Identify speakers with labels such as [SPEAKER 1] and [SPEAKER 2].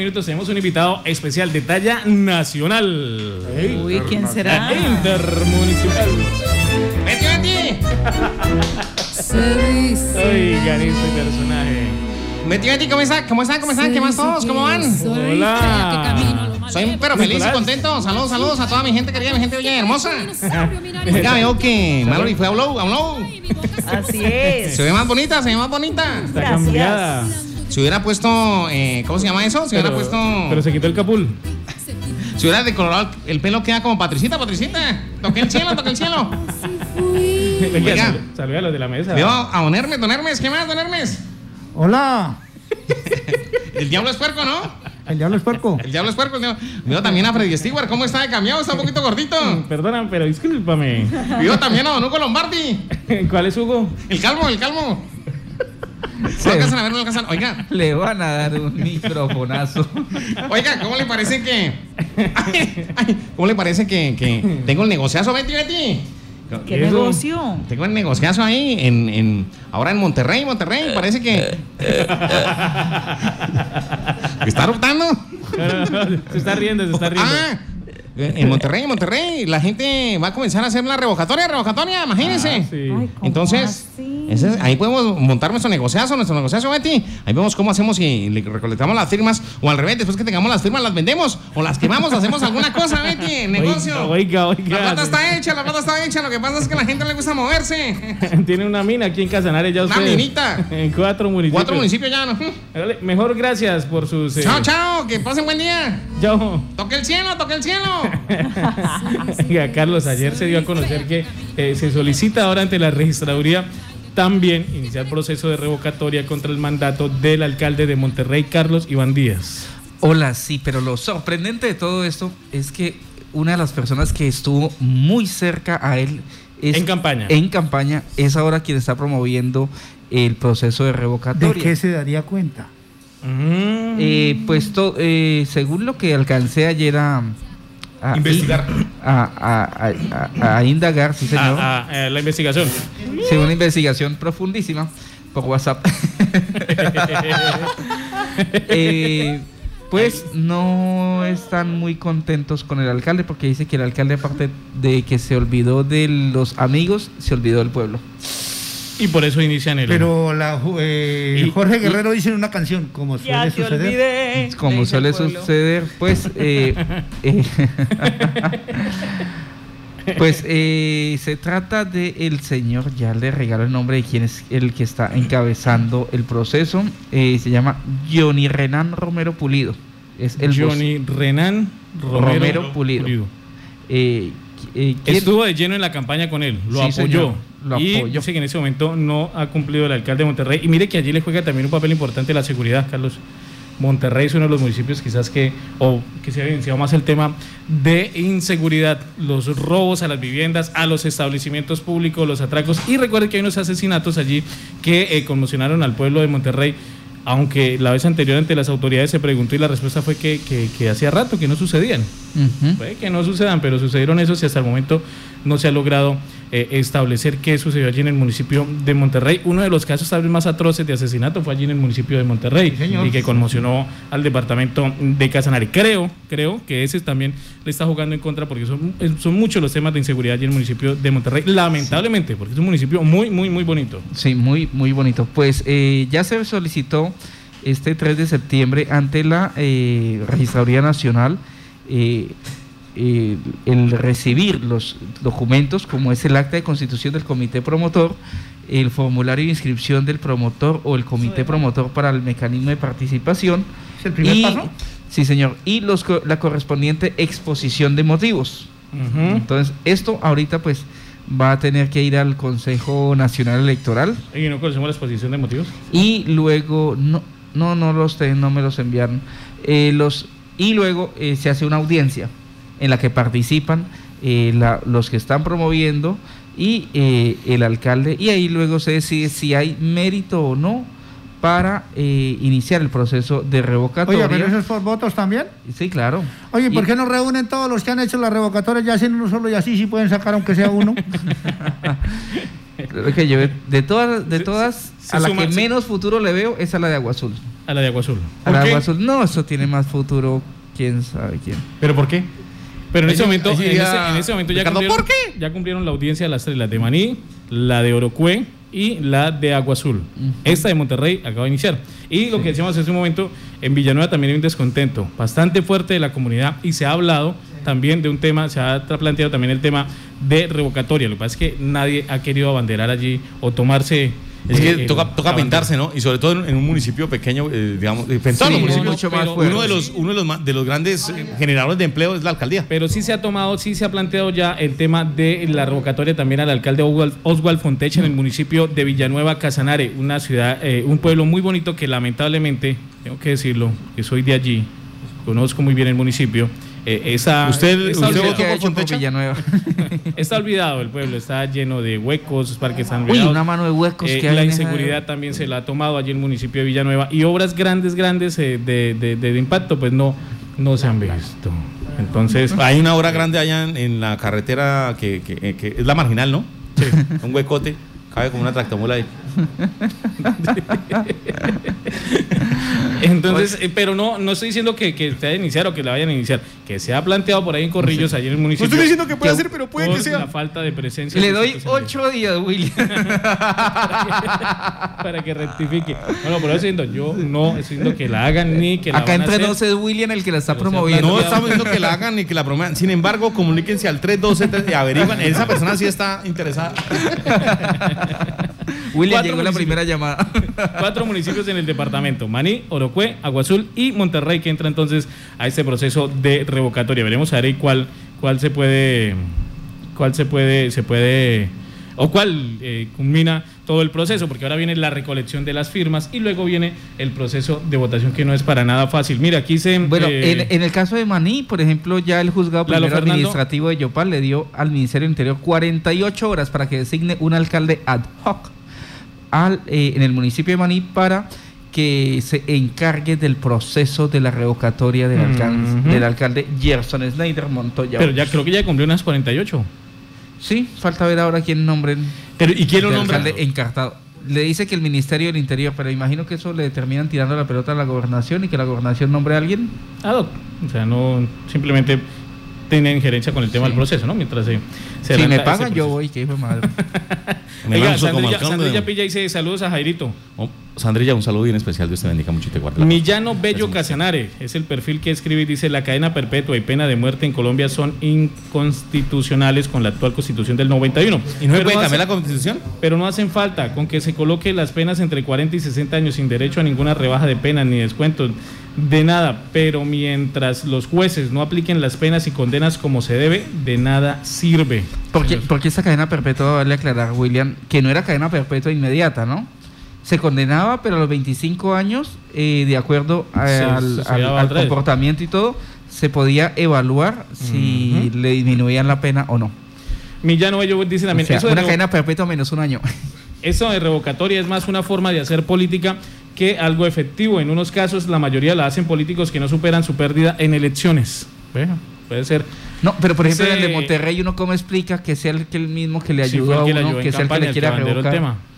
[SPEAKER 1] minutos tenemos un invitado especial de talla nacional.
[SPEAKER 2] Uy, ¿quién será?
[SPEAKER 1] Intermunicipal.
[SPEAKER 2] Se dice.
[SPEAKER 1] Oigan este personaje.
[SPEAKER 3] Metido ¿cómo están? ¿Cómo están? ¿Cómo están? ¿Qué más todos? ¿Cómo van? Soy un pero feliz y
[SPEAKER 1] Nicolás.
[SPEAKER 3] contento. Saludos, saludos a toda mi gente querida, mi gente bella y hermosa. Ya veo que Mallory fue a Blow, a Blow. Ah,
[SPEAKER 2] Así es.
[SPEAKER 3] Se ve más bonita, se ve más bonita.
[SPEAKER 1] Está
[SPEAKER 2] Gracias.
[SPEAKER 1] cambiada.
[SPEAKER 3] Se hubiera puesto, eh, ¿cómo se llama eso? Se hubiera
[SPEAKER 1] Pero-
[SPEAKER 3] puesto,
[SPEAKER 1] Pero se quitó el capul.
[SPEAKER 3] se hubiera decolorado el pelo, queda como Patricita, Patricita. Toqué el cielo, toqué el cielo.
[SPEAKER 1] Venga,
[SPEAKER 3] Oiga.
[SPEAKER 1] sal- saluda a los de la mesa.
[SPEAKER 3] Veo a Don Hermes, Don Hermes, ¿qué más, Don Hermes?
[SPEAKER 4] Hola,
[SPEAKER 3] El diablo es puerco, ¿no?
[SPEAKER 4] el diablo es puerco.
[SPEAKER 3] El diablo es puerco. el diablo- Veo también a Freddy Stewart, ¿cómo está de cambiado? Está un poquito gordito.
[SPEAKER 1] Perdona, pero discúlpame.
[SPEAKER 3] Veo también a Don Hugo Lombardi.
[SPEAKER 1] ¿Cuál es Hugo?
[SPEAKER 3] El calvo, el calvo. No alcanzan a ver, no alcanzan. Oiga,
[SPEAKER 5] Le van a dar un microfonazo.
[SPEAKER 3] oiga, ¿cómo le parece que. Ay, ay, ¿Cómo le parece que, que tengo el negociazo, Betty, Betty?
[SPEAKER 2] ¿Qué
[SPEAKER 1] Eso.
[SPEAKER 2] negocio?
[SPEAKER 3] Tengo el negociazo ahí, en, en, ahora en Monterrey, Monterrey. Parece que. ¿Está rotando?
[SPEAKER 1] se está riendo, se está riendo.
[SPEAKER 3] Ah, en Monterrey, en Monterrey. La gente va a comenzar a hacer la revocatoria, revocatoria, imagínense.
[SPEAKER 1] Ah, sí.
[SPEAKER 2] Ay, ¿cómo
[SPEAKER 3] Entonces,
[SPEAKER 2] así?
[SPEAKER 3] ese es- ahí podemos montar nuestro negociazo, nuestro negociazo, Betty. Ahí vemos cómo hacemos y le recolectamos las firmas, o al revés, después que tengamos las firmas, las vendemos, o las quemamos, hacemos alguna cosa, Betty, negocio.
[SPEAKER 1] Oiga, oiga.
[SPEAKER 3] La plata está hecha, la plata está hecha, lo que pasa es que a la gente no le gusta moverse.
[SPEAKER 1] Tiene una mina aquí en Casanare ya
[SPEAKER 3] Una
[SPEAKER 1] ustedes.
[SPEAKER 3] minita.
[SPEAKER 1] En cuatro municipios.
[SPEAKER 3] Cuatro municipios ya, ¿no?
[SPEAKER 1] Dale, Mejor gracias por sus. eh,
[SPEAKER 3] Chao, chao, que pasen buen día.
[SPEAKER 1] Chao.
[SPEAKER 3] Toque el cielo, toque el cielo.
[SPEAKER 1] Oiga, Carlos, ayer se dio a conocer que eh, se solicita ahora ante la registraduría también iniciar proceso de revocatoria contra el mandato del alcalde de Monterrey, Carlos Iván Díaz.
[SPEAKER 5] Hola, sí, pero lo sorprendente de todo esto es que una de las personas que estuvo muy cerca a él es-
[SPEAKER 1] En campaña.
[SPEAKER 5] En campaña es ahora quien está promoviendo el proceso de
[SPEAKER 4] ¿De
[SPEAKER 5] revocatoria.
[SPEAKER 4] qué se daría cuenta?
[SPEAKER 1] Mm.
[SPEAKER 5] Eh, pues to- eh, según lo que alcancé ayer a, a-
[SPEAKER 1] Investigar.
[SPEAKER 5] a, a- a- a- a indagar, sí señor,
[SPEAKER 1] Ah, ah, eh, la investigación.
[SPEAKER 5] según una investigación profundísima por WhatsApp. Eh, pues no están muy contentos con el alcalde porque dice que el alcalde aparte de que se olvidó de los amigos, se olvidó del pueblo.
[SPEAKER 1] Y por eso inician el.
[SPEAKER 4] Pero la, ju- eh,
[SPEAKER 1] Y-
[SPEAKER 4] Jorge
[SPEAKER 1] y-
[SPEAKER 4] Guerrero dice en una canción, como suele
[SPEAKER 2] Ya te
[SPEAKER 4] suceder.
[SPEAKER 2] olvidé.
[SPEAKER 5] Como
[SPEAKER 2] dice el
[SPEAKER 5] suele
[SPEAKER 2] Eh, pueblo.
[SPEAKER 5] suceder, pues, eh, eh, pues eh, se trata de el señor, ya le regalo el nombre de quien es el que está encabezando el proceso, eh, se llama Johnny Renan Romero Pulido, es el voc-
[SPEAKER 1] Johnny Renan Romero,
[SPEAKER 5] Romero Pulido. eh, eh, ¿quién-
[SPEAKER 1] Estuvo de lleno en la campaña con él, lo
[SPEAKER 5] Sí,
[SPEAKER 1] apoyó.
[SPEAKER 5] señor, lo
[SPEAKER 1] y
[SPEAKER 5] apoyó.
[SPEAKER 1] dice que en ese momento no ha cumplido el alcalde de Monterrey. Y mire que allí le juega también un papel importante la seguridad, Carlos. Monterrey es uno de los municipios quizás que, o que se ha evidenciado más el tema de inseguridad, los robos a las viviendas, a los establecimientos públicos, los atracos. Y recuerde que hay unos asesinatos allí que eh, conmocionaron al pueblo de Monterrey. Aunque la vez anterior ante las autoridades se preguntó y la respuesta fue que, que, que hacía rato que no sucedían.
[SPEAKER 5] Ujú.
[SPEAKER 1] Puede que no sucedan, pero sucedieron esos y hasta el momento no se ha logrado eh, establecer qué sucedió allí en el municipio de Monterrey. Uno de los casos tal vez más atroces de asesinato fue allí en el municipio de Monterrey
[SPEAKER 4] señor.
[SPEAKER 1] y que conmocionó al departamento de Casanare. Creo, creo que ese también le está jugando en contra porque son, eh, son muchos los temas de inseguridad allí en el municipio de Monterrey, lamentablemente, porque es un municipio muy, muy, muy bonito.
[SPEAKER 5] Sí, muy, muy bonito. Pues eh, ya se solicitó este 3 de septiembre ante la eh, Registraduría Nacional eh, eh, el recibir los documentos como es el acta de constitución del comité promotor, el formulario de inscripción del promotor o el comité promotor para el mecanismo de participación.
[SPEAKER 4] ¿Es el primer
[SPEAKER 5] y-
[SPEAKER 4] paso?
[SPEAKER 5] Sí, señor. Y los, co- la correspondiente exposición de motivos.
[SPEAKER 4] ¿Mm?
[SPEAKER 1] Ujú.
[SPEAKER 5] Entonces, esto ahorita pues va a tener que ir al Consejo Nacional Electoral
[SPEAKER 1] Y no conocemos la exposición de motivos.
[SPEAKER 5] y luego no no no los te- no me los enviaron Eh, los y luego eh, se hace una audiencia en la que participan eh, la- los que están promoviendo y eh, el alcalde y ahí luego se decide si hay mérito o no para eh, iniciar el proceso de revocatoria
[SPEAKER 4] Oye, pero eso es por votos también.
[SPEAKER 5] sí claro
[SPEAKER 4] Oye, ¿por
[SPEAKER 5] Y-
[SPEAKER 4] qué no reúnen todos los que han hecho las revocatorias ya hacen uno solo y así sí pueden sacar aunque sea uno?
[SPEAKER 5] Creo que yo, de todas, de
[SPEAKER 1] Se-
[SPEAKER 5] todas
[SPEAKER 1] se- se
[SPEAKER 5] a la
[SPEAKER 1] suma-
[SPEAKER 5] que
[SPEAKER 1] se-
[SPEAKER 5] menos futuro le veo es a la de Agua Azul.
[SPEAKER 1] A la de Agua Azul.
[SPEAKER 5] A
[SPEAKER 1] ¿Por
[SPEAKER 5] la de
[SPEAKER 1] qué?
[SPEAKER 5] Agua Azul, no, eso tiene más futuro, quién sabe quién.
[SPEAKER 1] ¿Pero por qué? Pero en
[SPEAKER 3] Ahí
[SPEAKER 1] ese
[SPEAKER 3] sí-
[SPEAKER 1] momento,
[SPEAKER 3] ahí sí
[SPEAKER 1] en
[SPEAKER 3] diría,
[SPEAKER 1] ese, en ese momento ya,
[SPEAKER 3] Ricardo,
[SPEAKER 1] cumplieron,
[SPEAKER 3] ¿por qué?
[SPEAKER 1] ya cumplieron la audiencia de las tres, la de Maní, la de Orocue y la de Agua Azul. Esta de Monterrey acaba de iniciar. Y lo que decíamos hace un momento, en Villanueva también hay un descontento bastante fuerte de la comunidad y se ha hablado también de un tema, se ha tra- planteado también el tema de revocatoria. Lo que pasa es que nadie ha querido abanderar allí o tomarse...
[SPEAKER 3] Es que
[SPEAKER 1] eh, el-
[SPEAKER 3] toca, toca
[SPEAKER 1] la bandera.
[SPEAKER 3] pintarse, ¿no? Y sobre todo en, en un municipio pequeño, eh, digamos, eh, en todos
[SPEAKER 5] Sí,
[SPEAKER 3] los
[SPEAKER 5] no,
[SPEAKER 3] municipios.
[SPEAKER 5] mucho más
[SPEAKER 1] pero-
[SPEAKER 5] fuerte.
[SPEAKER 3] Uno de los, uno de los, ma- de los grandes eh, generadores de empleo es la alcaldía.
[SPEAKER 1] Pero sí se ha tomado, sí se ha planteado ya el tema de la revocatoria también al alcalde Oswald, Oswald Fontecha en el municipio de Villanueva Casanare, una ciudad, eh, un pueblo muy bonito que lamentablemente, tengo que decirlo, que soy de allí, conozco muy bien el municipio. eh, esa, está,
[SPEAKER 3] Usted- usted
[SPEAKER 5] ¿Qué
[SPEAKER 3] votó
[SPEAKER 1] olvidado,
[SPEAKER 5] ha
[SPEAKER 3] por
[SPEAKER 5] hecho por
[SPEAKER 3] Fontecha?
[SPEAKER 5] Villanueva?
[SPEAKER 1] está olvidado el pueblo, está lleno de huecos, parques están
[SPEAKER 5] Uy,
[SPEAKER 1] olvidados.
[SPEAKER 5] una mano de huecos
[SPEAKER 1] Eh,
[SPEAKER 5] que hay
[SPEAKER 1] la
[SPEAKER 5] en esa-
[SPEAKER 1] inseguridad también se la ha tomado allí en el municipio de Villanueva y obras grandes, grandes eh, de, de- de- de impacto, pues no, no se han visto. Entonces,
[SPEAKER 3] Hay una obra grande allá en, en la carretera que, que- eh, que es la marginal, ¿no? Sí. Un huecote, cabe como una tractomula ahí.
[SPEAKER 1] Entonces, eh, pero no, no estoy diciendo que, que se haya iniciado o que la vayan a iniciar, que se ha planteado por ahí en Corrillos, allí en el municipio.
[SPEAKER 3] que
[SPEAKER 5] puede ser,
[SPEAKER 3] pero
[SPEAKER 1] por La falta de presencia.
[SPEAKER 5] Le
[SPEAKER 1] de
[SPEAKER 5] doy
[SPEAKER 1] institucionalidad.
[SPEAKER 5] ocho días, William.
[SPEAKER 1] Para que rectifique. No, no, pero estoy diciendo, yo no estoy diciendo que la hagan ni que la
[SPEAKER 5] Acá
[SPEAKER 1] van a
[SPEAKER 5] entre
[SPEAKER 1] hacer.
[SPEAKER 5] dos es William el que la está
[SPEAKER 1] Pero se ha
[SPEAKER 5] promoviendo.
[SPEAKER 3] No estamos diciendo que la hagan ni que la promuevan. Sin embargo, comuníquense al 312 y averiguan. Esa persona sí está interesada.
[SPEAKER 5] William
[SPEAKER 1] Cuatro
[SPEAKER 5] llegó la
[SPEAKER 1] municipios.
[SPEAKER 5] primera llamada.
[SPEAKER 1] Cuatro municipios en el departamento, Maní, Orocue, Aguazul y Monterrey, que entra entonces a este proceso de revocatoria. Veremos a ver ahí cuál, cuál se puede, cuál se puede, se puede, o cuál eh, culmina todo el proceso, porque ahora viene la recolección de las firmas y luego viene el proceso de votación que no es para nada fácil. Mira, aquí se
[SPEAKER 5] Bueno,
[SPEAKER 1] eh,
[SPEAKER 5] en, en el caso de Maní, por ejemplo, ya el juzgado
[SPEAKER 1] Lalo
[SPEAKER 5] primero
[SPEAKER 1] Fernando.
[SPEAKER 5] administrativo de Yopal le dio al Ministerio del Interior 48 horas para que designe un alcalde ad hoc al, eh, en el municipio de Maní para que se encargue del proceso de la revocatoria del, alcalde,
[SPEAKER 1] Ujú.
[SPEAKER 5] del alcalde Gerson Snyder Montoya.
[SPEAKER 1] Mm-hmm. pero ya creo que ya cumplió unas 48.
[SPEAKER 5] Sí, falta ver ahora quién nombren.
[SPEAKER 3] Pero, ¿Y quién lo
[SPEAKER 5] del
[SPEAKER 3] nombra?
[SPEAKER 5] alcalde encartado. Le dice que el Ministerio del Interior, pero imagino que eso le terminan tirando la pelota a la gobernación y que la gobernación nombre a alguien.
[SPEAKER 1] ad hoc. Ah, O sea, no simplemente tiene injerencia con el tema
[SPEAKER 5] Sí.
[SPEAKER 1] del proceso, ¿no? Mientras se, se
[SPEAKER 5] si
[SPEAKER 1] adelanta
[SPEAKER 5] me
[SPEAKER 1] ese
[SPEAKER 5] pagan, yo
[SPEAKER 1] proceso.
[SPEAKER 5] voy, que hijo de madre.
[SPEAKER 3] Me
[SPEAKER 1] Oiga,
[SPEAKER 3] lanzo como
[SPEAKER 1] Sandrilla,
[SPEAKER 3] alcalde.
[SPEAKER 1] Sandrilla Pilla dice saludos a Jairito.
[SPEAKER 3] Oh, Sandrilla, un saludo bien especial. Dios te bendiga mucho y te guarde. la paz.
[SPEAKER 1] Millano Bello Casanare es el perfil que escribe y dice la cadena perpetua y pena de muerte en Colombia son inconstitucionales con la actual constitución del 91.
[SPEAKER 3] ¿Y no se
[SPEAKER 1] Pero
[SPEAKER 3] puede
[SPEAKER 1] hace-
[SPEAKER 3] cambiar la constitución?
[SPEAKER 1] pero no hacen falta con que se coloque las penas entre 40 y 60 años sin derecho a ninguna rebaja de penas ni descuento de nada, pero mientras los jueces no apliquen las penas y condenas como se debe, de nada sirve.
[SPEAKER 5] Porque, porque esta cadena perpetua, vale aclarar, William, que no era cadena perpetua inmediata, ¿no? Se condenaba, pero a los 25 años, eh, de acuerdo a-
[SPEAKER 1] Se-
[SPEAKER 5] al,
[SPEAKER 1] se
[SPEAKER 5] al-
[SPEAKER 1] daba
[SPEAKER 5] al
[SPEAKER 1] al revés.
[SPEAKER 5] comportamiento y todo, se podía evaluar si le disminuían la pena o no.
[SPEAKER 1] Millano Bello dice
[SPEAKER 5] O
[SPEAKER 1] también,
[SPEAKER 5] sea,
[SPEAKER 1] eso de
[SPEAKER 5] una
[SPEAKER 1] revo-
[SPEAKER 5] cadena perpetua menos un año.
[SPEAKER 1] Eso de revocatoria es más una forma de hacer política que algo efectivo. En unos casos, la mayoría la hacen políticos que no superan su pérdida en elecciones. Bueno, puede ser.
[SPEAKER 5] No, pero por ejemplo, en el de
[SPEAKER 1] Ese-
[SPEAKER 5] Monterrey, uno cómo explica que sea el, que el mismo que le
[SPEAKER 1] Sí,
[SPEAKER 5] ayudó
[SPEAKER 1] fue el
[SPEAKER 5] a
[SPEAKER 1] que le
[SPEAKER 5] uno,
[SPEAKER 1] ayudó en
[SPEAKER 5] que sea el que
[SPEAKER 1] campaña,
[SPEAKER 5] le quiera
[SPEAKER 1] abanderó el
[SPEAKER 5] revocar.
[SPEAKER 1] tema.